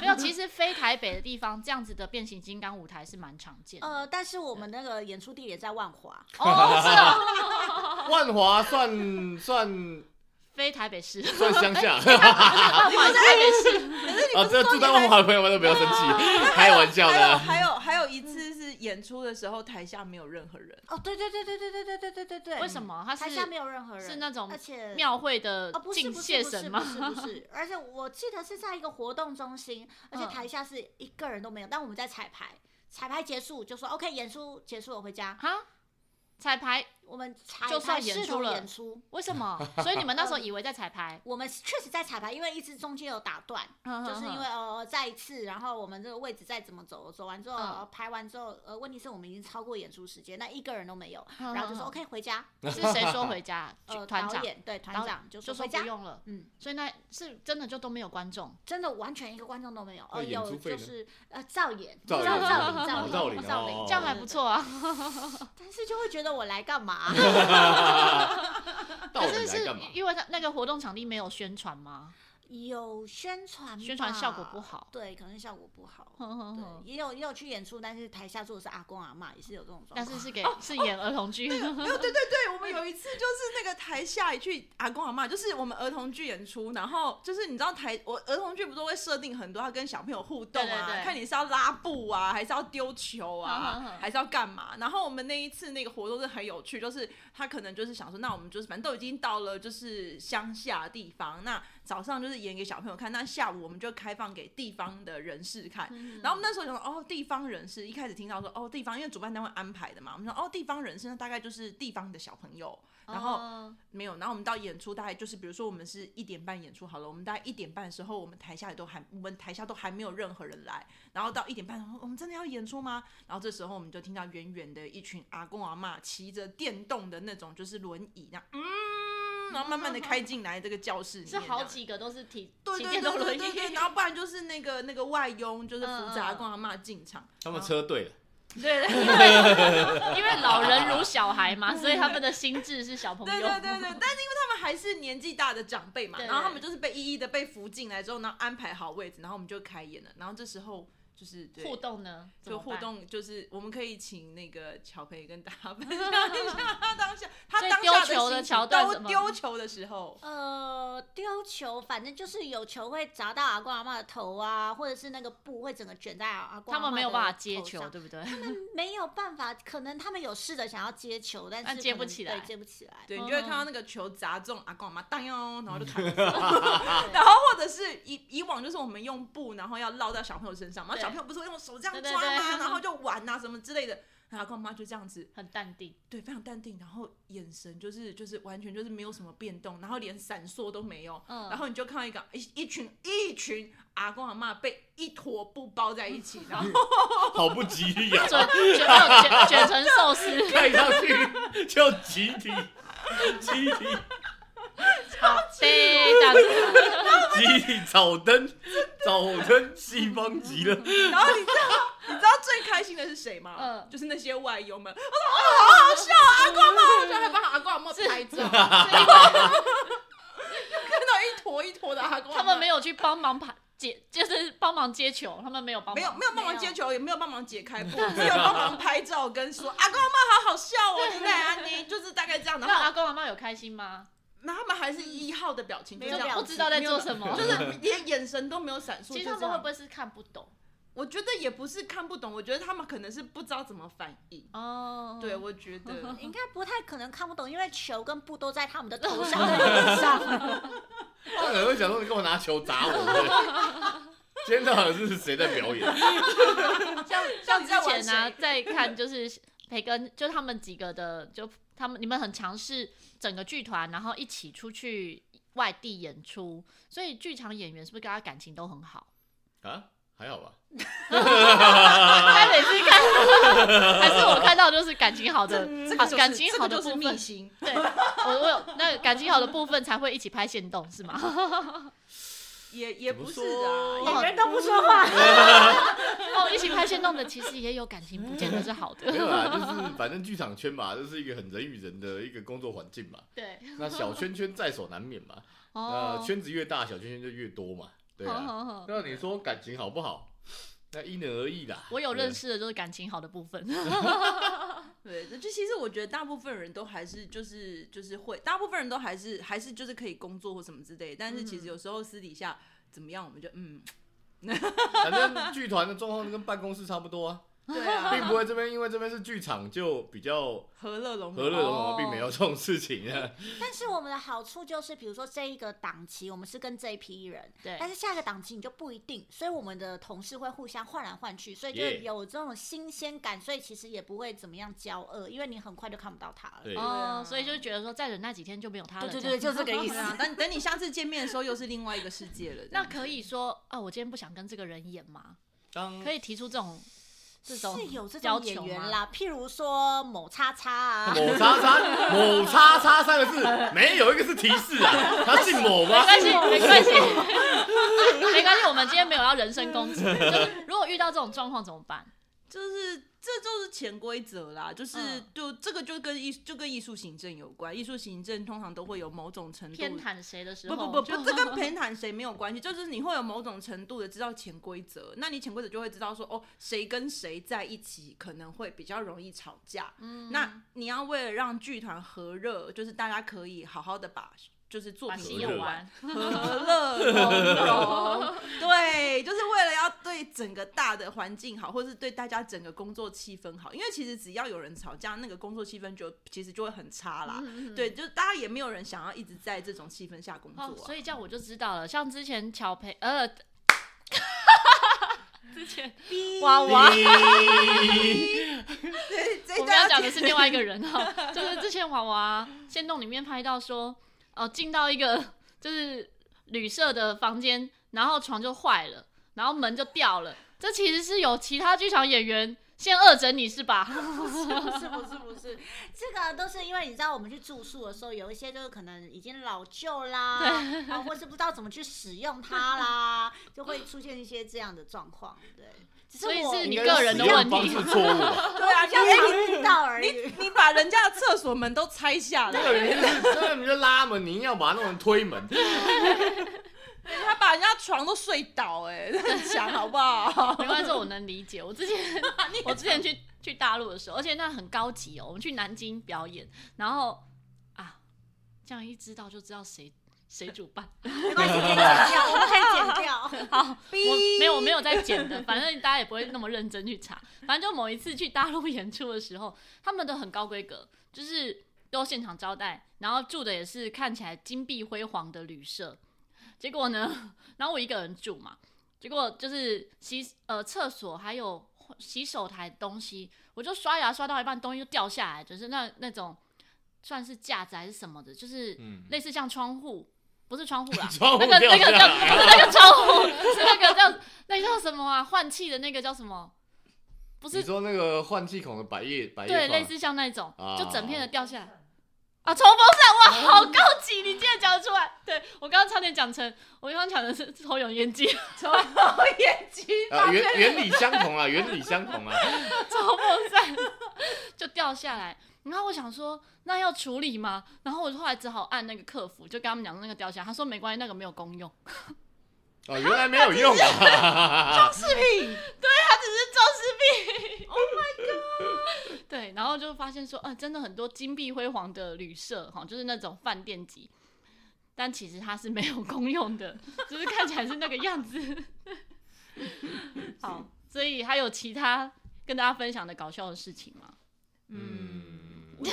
A: 没有，其实非台北的地方，这样子的变形金刚舞台是蛮常见的。
B: 呃，但是我们那个演出地点在万华，
A: 哦，是哦，
C: 万华算算
A: 非台北市，
C: 算乡下
A: 万 华啊是台北市。
C: 啊，这住在万华的朋友们都不要生气，开玩笑
D: 还有
C: 的。
D: 还有还有一次是演出的时候，台下没有任何人，
B: 哦，对对对对对对对对对对对，
A: 为什
B: 么？
A: 么？它
B: 台下没
A: 是
B: 有任何人，
A: 是那种
B: 而且
A: 庙会的
B: 哦，不是
A: 敬
B: 不
A: 谢
B: 是不是
A: 神
B: 不
A: 吗？
B: 是不是，而且我记得是在一个活动中心，而且
A: 嗯
B: 台下是一个人都没有，但我们在彩排，彩排结束就说 OK，演出结束我回家，
A: 哈，彩排
B: 我们彩
A: 就算
B: 排
A: 演
B: 试
A: 出
B: 图
A: 了
B: 演出，
A: 为什 么？所以你们那时候以为在彩排，
B: 我们确实在彩排，因为一直中间有打断，
A: 嗯
B: 就是因为呃再一次，然后我们这个位置再怎么走，走完之后、
A: 嗯
B: 呃排完之后，呃问题是我们已经超过演出时间，那一个人都没有，
A: 嗯
B: 然后 就说
A: 嗯
B: OK 回家，
A: 是谁说回家？
B: 呃
A: 团
B: 导
A: 长
B: 演对
A: 导
B: 团长就
A: 就说
B: 说回
A: 不
B: 家，
A: 用了，
B: 嗯，
A: 所以那是真的就都没有观众。
C: 哦
B: 真的完全一个观众都没有，
C: 那
B: 呃
C: 演出
B: 有
C: 费
B: 就
C: 呢
B: 是呃造演
C: 造
B: 造
C: 演
B: 影
C: 哦
B: 造
C: 造
B: 影
C: 影
B: 造
C: 哦
B: 影，
A: 这样还不错啊，
B: 但是就会觉得我来干嘛？
C: 到
A: 可
C: 底
A: 是
C: 来
A: 是
C: 干嘛？
A: 因为他那个活动场地没有宣传吗？
B: 有宣传吧，
A: 宣传效果不好
B: 对，可能效果不好。
A: 哼哼
B: 对，
A: 哼
B: 也有也有去演出，但是台下坐的是阿公阿妈，也是有这种状况。
A: 但是是给是演儿童剧，
D: 没有，对对对，我们有一次就是那个台下去阿公阿妈，就是我们儿童剧演出，然后就是你知道台我儿童剧不都会设定很多要跟小朋友互动啊，
A: 对对对
D: 看你是要拉布啊，还是要丢球
A: 哼哼
D: 啊
A: 哼，
D: 还是要干嘛？然后我们那一次那个活动是很有趣，就是他可能就是想说，那我们就是反正都已经到了就是乡下的地方，那早上就是演给小朋友看，那下午我们就开放给地方的人士看，
B: 嗯
D: 然后我们那时候想说，哦，地方人士一开始听到说，哦，地方，因为主办单位安排的嘛，我们说，哦，地方人士那大概就是地方的小朋友，然后
B: 嗯
A: 哦
D: 没有，然后我们到演出大概就是，比如说我们是一点半演出好了，我们大概一点半的时候，我们台下也都还，我们台下都还没有任何人来，然后到一点半，我们真的要演出吗？然后这时候我们就听到远远的一群阿公阿嬷骑着电动的那种就是轮椅，那嗯，然后慢慢的开进来这个教室里面，
A: 是
D: 这
A: 好
D: 样
A: 几个都是 体
D: 对
A: 骑
D: 对
A: 电
D: 对
A: 动
D: 对
A: 轮
D: 对对，
A: 椅，
D: 然后不然就是那个那个外佣，就是
A: 嗯
D: 扶
A: 嗯
D: 着阿公阿妈进场。
C: 他们车队了，
A: 对，因为因为老人如小孩嘛，所以他们的心智是小朋
D: 对
A: 友
D: 对。对对，但是因为他们还是年纪大的长辈嘛，
A: 对
D: 然后他们就是被一一的被扶进来之后，然后安排好位置，然后我们就开演了。然后这时候就是对
A: 互动呢？
D: 就
A: 怎么
D: 互
A: 办。
D: 动，就是我们可以请那个乔培跟大家分享一下 他当下他
A: 所以
D: 当
A: 丢
D: 下的
A: 球的
D: 心情
A: 桥段
D: 丢
A: 怎么
D: 丢球的时候，
B: 呃，丢球，反正就是有球会砸到阿公阿妈的头啊，或者是那个布会整个卷在阿公阿
A: 他
B: 嬷
A: 们没有
B: 的
A: 办法接
B: 头
A: 球，
B: 上
A: 对不对？
B: 没有办法，可能他们有试着想要接球，但
A: 但
B: 是
A: 接
B: 可
A: 不
B: 能
A: 起
B: 对
A: 来
B: 接不起来。
D: 对
A: 嗯
D: 你就会看到那个球砸中阿公阿妈，当哟，然后就 砍死。
B: 对
D: 然后或者是以以往就是我们用布，然后要绕到小朋友身上嘛，
A: 对
D: 然后小朋友不是会用手这样
A: 对
D: 抓
A: 对
D: 吗？
A: 对
D: 然后就玩啊什么之类的。然后跟我妈就这样子，
A: 很淡定，
D: 对，非常淡定，然后眼神就是就是完全就是没有什么变动，然后连闪烁都没有。
A: 嗯
D: 然后你就看到一个一一群一群阿公阿妈被一坨布包在一起，然后
C: 好不吉利啊！
A: 卷卷没有 卷卷成寿司，
C: 看上去 就集体集体
A: 好对，哎这样子
C: 集体早登早登西方极乐，
D: 然后你知道你知道最开心的是谁吗？
A: 嗯
D: 就是那些外佣们，我说哦，好好笑，阿公阿妈，就还帮阿公阿妈拍 照，就看到一坨一坨的阿公阿
A: 他
D: 嬷
A: 们没有去帮忙排接，就是帮忙接球，他们没有帮忙，
D: 没有没有帮
B: 没
D: 忙
B: 有
D: 接球，也没有帮忙解 开布，只有帮忙拍照跟说阿公阿妈好好笑哦，对不对？安 妮就是大概这样，然
A: 那阿
D: 后
A: 公阿妈有啊开心吗？
D: 那他们还是一号的表情，就
B: 没
D: 这
B: 有
A: 就
D: 样
A: 不知道在做什么，
D: 就是连眼神都没有闪烁。
A: 其实
D: 就
A: 他
D: 这
A: 们会
D: 样
A: 不会是看不懂？
D: 我觉得也不是看不懂，我觉得他们可能是不知道怎么反应。
A: 哦，
D: 对，我觉得
B: 应该不太可能看不懂，因为球跟布都在他们的头上 脸上。
C: 他可能会想说你跟我拿球砸我对不对。今天到底是谁在表演？
A: 像像之
D: 在玩
A: 前啊，
D: 谁
A: 在看就是培根，就他们几个的，就他们你们很尝试整个剧团，然后一起出去外地演出，所以剧场演员是不是跟他感情都很好？
C: 啊，还好吧？
A: 他每次看，还是我看到 就是感情好的，
D: 这个
A: 好
D: 就是
A: 感情
D: 这
A: 好
D: 个
A: 的
D: 就是
A: 部
D: 秘
A: 分，
D: 辛。
A: 对我我有那感情好的部分才会一起拍线动是吗？
D: 也也不是
C: 怎么说
D: 啊，
B: 演
D: 也
B: 员都不说话，
A: 哦，一起拍线动的其实也有感情，不见得是好
C: 没有
A: 的。
C: 啦，就是反正剧场圈嘛，这是一个很人与人的一个工作环境嘛。
A: 对，
C: 那小圈圈在所难免嘛，
A: 哦
C: 呃，，圈子越大，小圈圈就越多嘛，对
A: 好
C: 啊。
A: 好好，
C: 那你说感情好不好？那因人而异啦。
A: 我有
C: 对
A: 认识的就是感情好的部分。
D: 对，就其实我觉得大部分人都还是就是就是会，大部分人都还是还是就是可以工作或什么之类的，但是其
A: 嗯
D: 实有时候私底下怎么样，我们就 嗯，
C: 啊反正剧团的状况跟办公室差不多啊，
D: 对
C: 并
D: 啊，
C: 不会这边因为这边是剧场就比较
D: 和乐融
C: 和
D: 融。
C: 乐融
A: 哦
C: 融，并没有这种事情啊。
B: 但是我们的好处就是，比如说这一个档期，我们是跟这一批人，
A: 对
B: 但是下一个档期你就不一定，所以我们的同事会互相换来换去，所以就
C: Yeah
B: 有这种新鲜感，所以其实也不会怎么样骄恶，因为你很快就看不到他了。
C: 对
A: 哦，所以就觉得说再忍耐几天就没有他了。
B: 对对
A: 这样
B: 对，就这个意
D: 对
B: 思。
D: 啊，等等你下次见面的时候又是另外一个世界了。这
A: 那
D: 样
A: 可以说啊，我今天不想跟这个人演吗？
C: 当
A: 可以提出这种这种
B: 是有这
A: 要
B: 种
A: 求
B: 演
A: 吗
B: 员啦，譬如说某叉叉啊，
C: 某叉叉某叉叉三个字，没有一个是提示啊，他姓某吗
A: 没？关系，没关系，没关系。我们今天没有要人身攻击，就是如果遇到这种状况怎么办？
D: 就是这就是潜规则啦，就是
A: 嗯
D: 就这个就跟艺就跟艺术行政有关，艺术行政通常都会有某种程度
A: 偏袒谁的时
D: 不
A: 候，
D: 不不不，这跟偏袒谁没有关系，就是你会有某种程度的知道潜规则，那你潜规则就会知道说，哦，谁跟谁在一起可能会比较容易吵架。嗯，那你要为了让剧团和热，就是大家可以好好的把就是作
A: 把
D: 品
A: 戏
C: 合
A: 演
C: 作
A: 完，
D: 和乐 融融，对，就是为了要对整个大的环境好，或是对大家整个工作气氛好。因为其实只要有人吵架，那个工作气氛就其实就会很差啦。
A: 嗯
D: 对，就是大家也没有人想要一直在这种气氛下工作、啊
A: 哦，所以这样我就知道了。像之前乔培，呃，之前娃娃，
C: 哔
D: 对，这一
A: 我们
D: 段
A: 要讲的是另外一个人哈，就是之前娃娃仙洞里面拍到说，哦，进到一个就是旅社的房间，然后床就坏了，然后门就掉了，这其实是有其他剧场演员先恶整你是吧？
B: 不 是不是不是，这个都是因为你知道，我们去住宿的时候，有一些就是可能已经老旧啦，啊，或是不知道怎么去使用 它啦，就会出现一些这样的状况。对，只是
A: 所以
B: 我
A: 是
C: 应
A: 你
C: 该
A: 个
C: 是
A: 人的
C: 使用
A: 问题
C: 方式错误吧？
D: 对啊，
B: 像
D: 就是
B: 是遇到而已。
D: 你你把人家的厕所门都拆下
C: 那
D: 来，
C: 个人就是，那个人就拉门，你硬要把他弄成推门。
D: 他把人家床都睡倒、哎，很强好不 好？
A: 没关系，我能理解。我之前我之前去去大陆的时候，而且那很高级哦。我们去南京表演，然后啊，这样一知道就知道谁谁主办。
B: 没关系，可以剪掉，我们可以剪掉。
A: 好，我
D: 哔
A: 没有我没有在剪的， 反正大家也不会那么认真去查。反正就某一次去大陆演出的时候，他们的很高规格，就是都现场招待，然后住的也是看起来金碧辉煌的旅社。结果呢， 然后我一个人住嘛，结果就是洗呃厕所还有洗手台的东西，我就刷牙刷到一半，东西就掉下来，就是那那种算是架子还是什么的，就是
C: 嗯，
A: 类似像窗户，不是窗户啦
C: 窗户
A: 那个
C: 掉
A: 那
C: 下
A: 个叫
C: 来啊
A: 不是那个窗户，是那个叫那个叫什么啊？换气的那个叫什么？不
C: 你
A: 是
C: 说那个换气孔的百叶百叶
A: 对，
C: 窗
A: 类似像那种，
C: 啊
A: 就整片的掉下来。啊，冲锋扇哇，好高级！你竟然讲得出来？对我刚刚差点讲成，我刚刚讲的是抽油烟机、
D: 抽油烟机，
C: 啊，原原理相同啊，原理相同啊。
A: 冲锋扇， 就掉下来。然后我想说，那要处理吗？然后我后来只好按那个客服，就跟他们讲说那个掉下来，他说没关系，那个没有公用。
C: 哦，原来没有 用啊！
D: 饰品，
A: 他只是装饰品。Oh my god！对，然后就发现说，啊，真的很多金碧辉煌的旅社哈，就是那种饭店级，但其实它是没有公用的，就是看起来是那个样子。 好，所以还有其他跟大家分享的搞笑的事情吗？
C: 嗯，
D: 我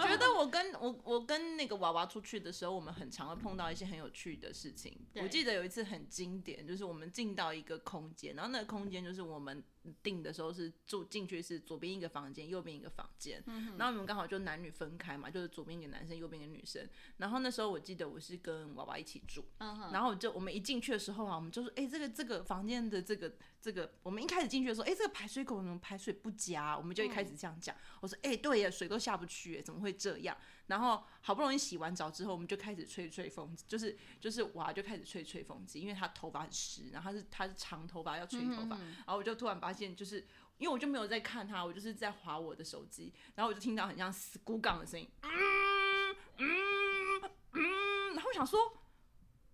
D: 觉得我跟我我跟那个娃娃出去的时候，我们很常会碰到一些很有趣的事情。
A: 对
D: 我记得有一次很经典，就是我们进到一个空间，然后那个空间就是我们订的时候是住进去是左边一个房间，右边一个房间，
A: 嗯
D: 然后我们刚好就男女分开嘛，就是左边给男生，右边给女生。然后那时候我记得我是跟娃娃一起住，
A: 嗯哼，
D: 然后我就我们一进去的时候啊，我们就说，哎、这个这个房间的这个这个，我们一开始进去的时候，哎、这个排水口怎么排水不佳啊、我们就一开
A: 嗯
D: 始这样讲，我说，哎、对耶，水都下不去耶，怎么会这样？然后好不容易洗完澡之后，我们就开始吹吹风，就是就是娃就开始吹吹风机，因为她头发很湿，然后她是她是长头发要吹
A: 嗯
D: 头发，然后我就突然发现就是。因为我就没有在看她，我就是在划我的手机，然后我就听到很像死骨杠的声音，嗯嗯嗯，然后我想说，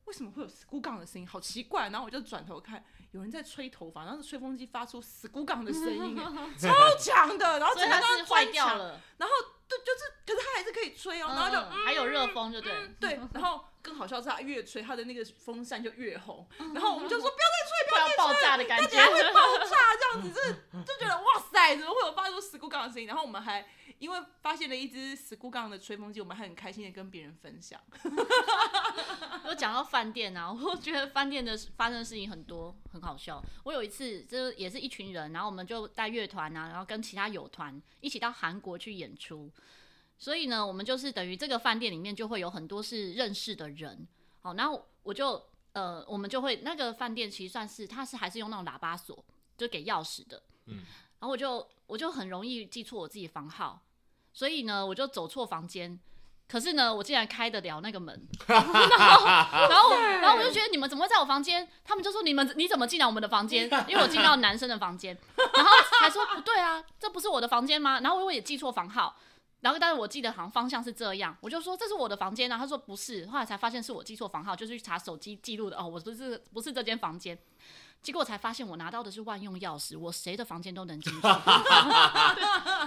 D: 为什么会有死骨杠的声音？好奇怪！然后我就转头看，有人在吹头发，然后吹风机发出死骨杠的声音， 哎超强的，然后
A: 所
D: 整
A: 以
D: 个
A: 它
D: 都
A: 是
D: 在
A: 坏
D: 翻
A: 掉
D: 墙，
A: 了，
D: 然后对，就是，可是它还是可以吹哦，然后就、
A: 嗯还有热风，就对了。
D: 对，然后更好笑的是，它越吹它的那个风扇就越红，
A: 嗯
D: 然后我们就 说不要
A: 快要爆炸的感觉，
D: 大家会爆炸这样子，就是就觉得哇塞，怎么会有发出死骨杠的声音？然后我们还因为发现了一只死骨杠的吹风机，我们还很开心的跟别人分享。
A: 有讲到饭店啊，我觉得饭店的发生的事情很多，很好笑。我有一次就是也是一群人，然后我们就带乐团啊，然后跟其他友团一起到韩国去演出，所以呢，我们就是等于这个饭店里面就会有很多是认识的人。好，然后我就呃，我们就会那个饭店其实算是它是还是用那种喇叭锁，就给钥匙的。
C: 嗯，
A: 然后我就我就很容易记错我自己房号，所以呢，我就走错房间。可是呢，我竟然开得了那个门，然后然后我然后后我就觉得你们怎么会在我房间？他们就说你们你怎么进来我们的房间？因为我进到男生的房间，然后还说不对啊，这不是我的房间吗？然后我也记错房号，然后但是我记得好像方向是这样，我就说这是我的房间啊，他说不是，后来才发现是我记错房号，就去查手机记录的哦，我不是不是这间房间。结果我才发现，我拿到的是万用钥匙，我谁的房间都能进去。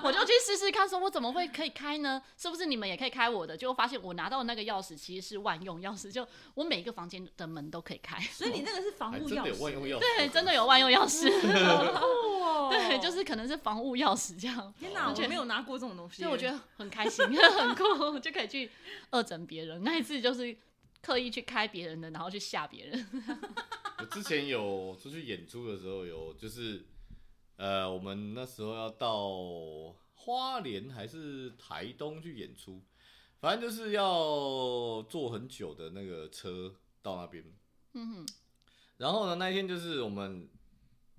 A: 我就去试试看，说我怎么会可以开呢？是不是你们也可以开我的？结果发现我拿到的那个钥匙其实是万用钥匙，就我每一个房间的门都可以开。
D: 所以你那个是防
C: 还
D: 护
C: 哎真
D: 钥
C: 的有万用钥匙，
D: 匙，
C: 哦
A: 对，真的有万用钥匙，
D: 酷哦
A: 对，就是可能是防务钥匙这样。
D: 天哪，
A: 我觉
D: 我
A: 得
D: 没有拿过这种东西，
A: 所以我觉得很开心， 很酷，就可以去恶整别人。那一次就是刻意去开别人的，然后去吓别人。
C: 我之前有出去演出的时候，有就是，呃，我们那时候要到花莲还是台东去演出，反正就是要坐很久的那个车到那边。
A: 嗯哼，
C: 然后呢，那一天就是我们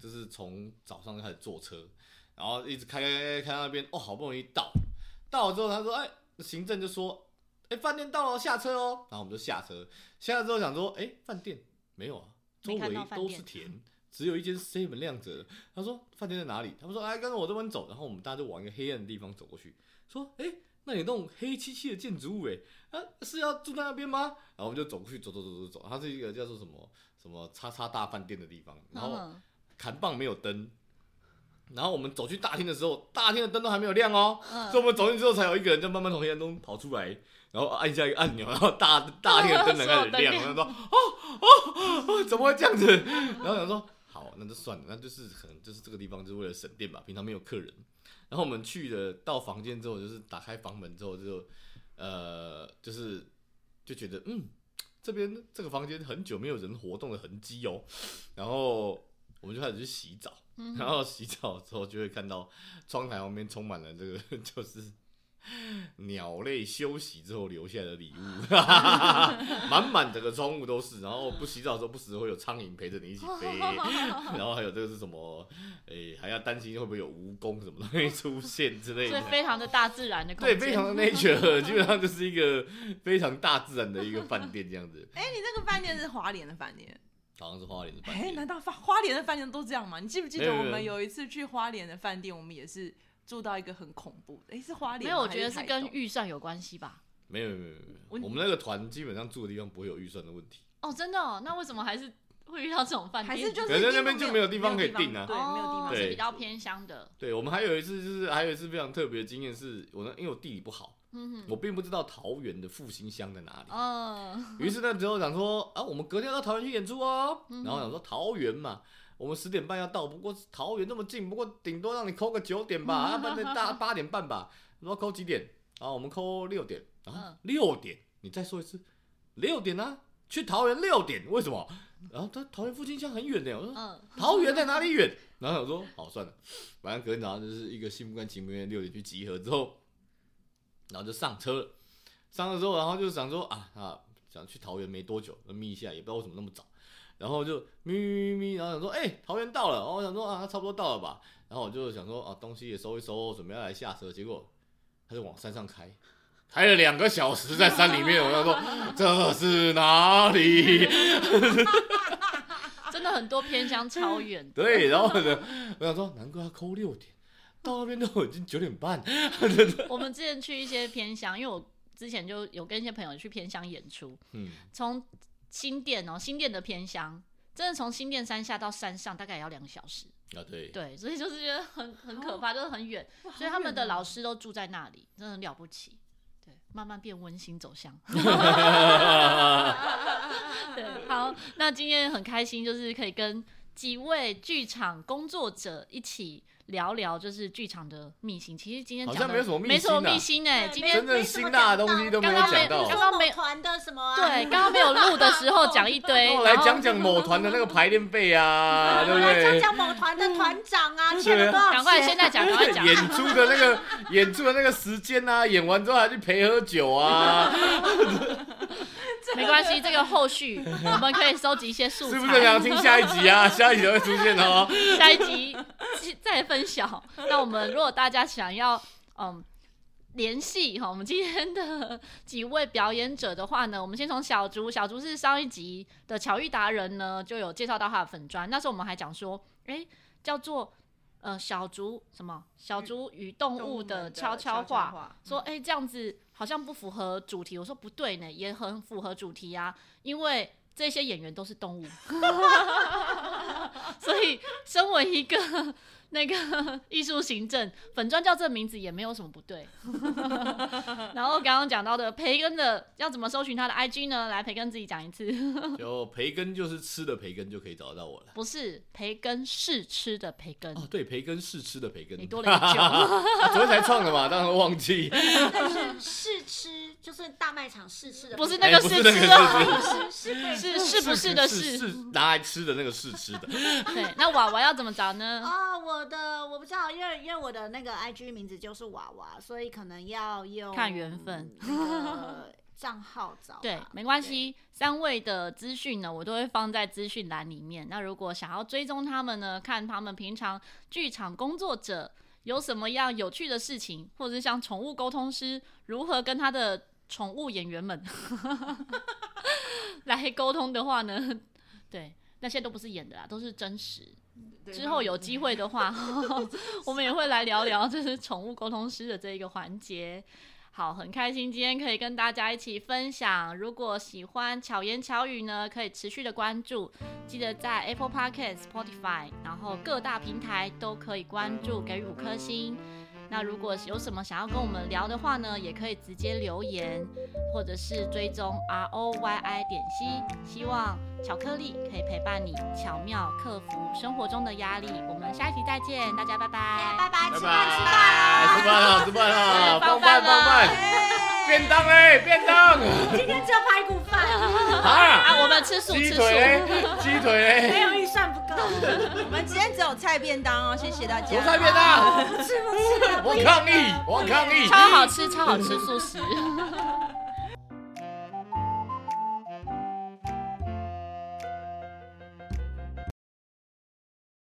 C: 就是从早上就开始坐车，然后一直开开开开到那边，哦，好不容易到，到了之后他说，哎，行政就说，哎，饭店到了，下车哦。然后我们就下车，下车之后想说，哎，饭店没有啊，周
A: 没看
C: 围
A: 到饭
C: 都
A: 店
C: 是田。只有一间 seven 亮着，他说饭店在哪里？他们说哎，跟着我这边走，然后我们大家就往一个黑暗的地方走过去，说哎，那里有那种黑漆漆的建筑物哎，啊是要住在那边吗？然后我们就走过去，走走走走走，它是一个叫做什么什么叉叉大饭店的地方，然后
A: 嗯
C: 砍棒没有灯。然后我们走去大厅的时候，大厅的灯都还没有亮哦，
A: 嗯
C: 所以我们走进去之后，才有一个人就慢慢从黑暗中跑出来，然后按下一个按钮，然后 大大厅的灯才开
A: 所有
C: 始亮，
A: 灯亮
C: 然后说哦哦哦，怎么会这样子？然后想说好，那就算了，那就是可能就是这个地方就是为了省电吧，平常没有客人。然后我们去了到房间之后，就是打开房门之后就呃就是就觉得嗯这边这个房间很久没有人活动的痕迹哦，然后我们就开始去洗澡，
A: 嗯
C: 然后洗澡之后就会看到窗台旁边充满了这个 就是鸟类休息之后留下的礼物， 满满整个窗户都是，然后不洗澡的时候不时会有苍蝇陪着你一起 飞，然后还有这个是什么，诶、还要担心会不会有蜈蚣什么东西出现之类
A: 所
C: 的
A: 以，非常的大自然的空
C: 对，
A: 间，
C: 非常的 nature，基本上就是一个非常大自然的一个饭店这样子。
D: 哎，你那个饭店是花莲的饭店，
C: 好像是花莲的饭
D: 哎，难
C: 店。
D: 道花花莲的饭店都这样吗？你记不记
C: 没
D: 得
C: 有
D: 我
C: 没
D: 们
C: 有
D: 有一次去花莲的饭店，我们也是住到一个很恐怖的，哎，是花
A: 没
D: 莲吗，
A: 有，我觉得
D: 还
A: 是
D: 台
A: 跟
D: 东
A: 预算有关系吧。
C: 没有没有没有没
D: 我
C: 有，我们那个团基本上住的地方不会有预算的问题。
A: 哦，真的、哦？那为什么还是会遇到这种饭店？
D: 还是就
C: 可是
D: 是
C: 那边就没有地方可以订啊
D: 对，没有地
A: 哦
D: 方可以
A: 是
C: 对
A: 比
D: 订
A: 较偏乡的。
C: 对我们还有一次就是还有一次非常特别的经验是，我呢因为我地理不好，
A: 嗯哼，
C: 我并不知道桃园的复兴乡在哪里。
A: 嗯，
C: 于是那时候想说啊，我们隔天要到桃园去演出哦，
A: 嗯
C: 然后想说桃园嘛。我们十点半要到，不过桃园那么近，不过顶多让你扣个九点
A: 嗯
C: 吧，啊，不然 大八点半吧。你说扣几点？啊，我们扣六点啊
A: 嗯，
C: 六点。你再说一次，六点啊，去桃园六点，为什么？然后他桃园复兴乡很远的，我说
A: 嗯，
C: 桃园在哪里远？ 然后我说好算了，反正隔天早上就是一个心不甘情不愿六点去集合之后，然后就上车了。上车之后，然后就想说啊啊，想去桃园没多久，眯一下，也不知道为什么那么早。然后就咪咪咪咪，然后想说，哎、桃园到了。然后我想说啊，差不多到了吧。然后我就想说啊，东西也收一收，准备要来下车。结果他就往山上开，开了两个小时在山里面。我想说这是哪里？。
A: 真的很多偏乡超远
C: 对，然后呢，我想说，难怪要扣六点，到那边都已经九点半。
A: 我们之前去一些偏乡，因为我之前就有跟一些朋友去偏乡演出，
C: 嗯，
A: 从新店哦，新店的偏乡，真的从新店山下到山上大概也要两个小时。
C: 啊对，
A: 对，所以就是觉得很很可怕，就是很远，
D: 哇
A: 所以他们的
D: 好远哦
A: 老师都住在那里，真的很了不起。对，慢慢变温馨走向。 对，好，那今天很开心，就是可以跟几位剧场工作者一起聊聊，就是剧场的秘辛。其实今天
C: 好
A: 讲
C: 像
A: 的
C: 没什么秘
A: 没什么
C: 辛啊
A: 秘辛哎、
B: 对
A: 今
B: 没
A: 天
C: 真正辛辣的东西都没有讲
A: 刚
C: 到。
A: 刚没
B: 团的什么、啊？
A: 对刚刚没有录的时候讲一堆，然后
C: 那我 哦来讲讲某团的那个排练费 啊，对
B: 我
C: 不
B: 来讲
C: 对？
B: 讲某团的团长啊，欠了多少
A: 赶
B: 钱？
A: 快现在讲，赶快讲。
C: 演出的那个演出的那个时间啊，演完之后还去陪喝酒啊，
A: 没关系，这个后续我们可以收集一些素材，
C: 是不是很想听下一集啊？下一集才会出现哦。
A: 下一集再分享。那我们如果大家想要嗯联系哈，我们今天的几位表演者的话呢，我们先从小竹，小竹是上一集的巧遇达人呢，就有介绍到他的粉砖。那时候我们还讲说，诶，叫做呃小竹什么小竹与
D: 哦
A: 动物的悄悄话，说诶，这样子好像不符合主题。我说不对呢，也很符合主题啊，因为这些演员都是动物， 所以身为一个那个艺术行政粉专叫这名字也没有什么不对。 然后刚刚讲到的培根的要怎么搜寻他的 IG 呢？来，培根自己讲一次，
C: 就培根就是吃的培根就可以找得到我了。
A: 不是培根是吃的培根，
C: 哦，对，培根是吃的培根，
A: 你多了一句。
C: 昨天才创的嘛，当然忘记。
B: 但是试吃就是大卖场试吃的，
A: 不是那
C: 哎
A: 个
C: 不是
A: 试
C: 那
A: 吃
C: 个
A: 啊，
B: 是是可以
A: 是 是不是的
C: 是
A: 是？
C: 拿来吃的那个是吃的。
A: 对，那娃娃要怎么找
D: 嗯
A: 呢？
B: 啊、我的我不知道，因为因为我的那个 IG 名字就是娃娃，所以可能要用
A: 看缘分
B: 呃账号找吧。
A: 对，没关系，三位的资讯呢，我都会放在资讯栏里面。那如果想要追踪他们呢，看他们平常剧场工作者有什么样有趣的事情，或者是像宠物沟通师如何跟他的宠物演员们 来沟通的话呢， 对，那些都不是演的啦，都是真实。之后有机会的话， 我们也会来聊聊就是宠物沟通师的这一个环节。好，很开心今天可以跟大家一起分享。如果喜欢巧言巧语呢，可以持续的关注，记得在 Apple Podcast、Spotify，然后各大平台都可以关注，给予五颗星。那如果有什么想要跟我们聊的话呢，也可以直接留言，或者是追踪 R O Y I 点 C。希望巧克力可以陪伴你，巧妙克服生活中的压力。我们下一期再见，大家拜拜。
B: 拜拜，
C: 拜
B: 吃饭
C: 拜
B: 吃饭啦！
C: 吃饭了，吃饭了，
A: 放
C: 放
A: 饭
C: 饭
A: 了
C: 放饭，
B: 哦
C: 便当哎，便当
B: 今天只有排骨饭，
C: 啊，
A: 啊，我们吃素
C: 鸡
A: 吃
C: 腿嘞
A: 素。，
C: 鸡腿嘞
B: 没，有预算不够，
D: 我们今天只有菜便当哦，谢谢大家。
C: 油菜便当，
B: 哦不吃不吃了，不
C: 我
B: 一定
C: 抗议
B: 了，
C: 我抗议。
A: 超好吃，超好吃素食。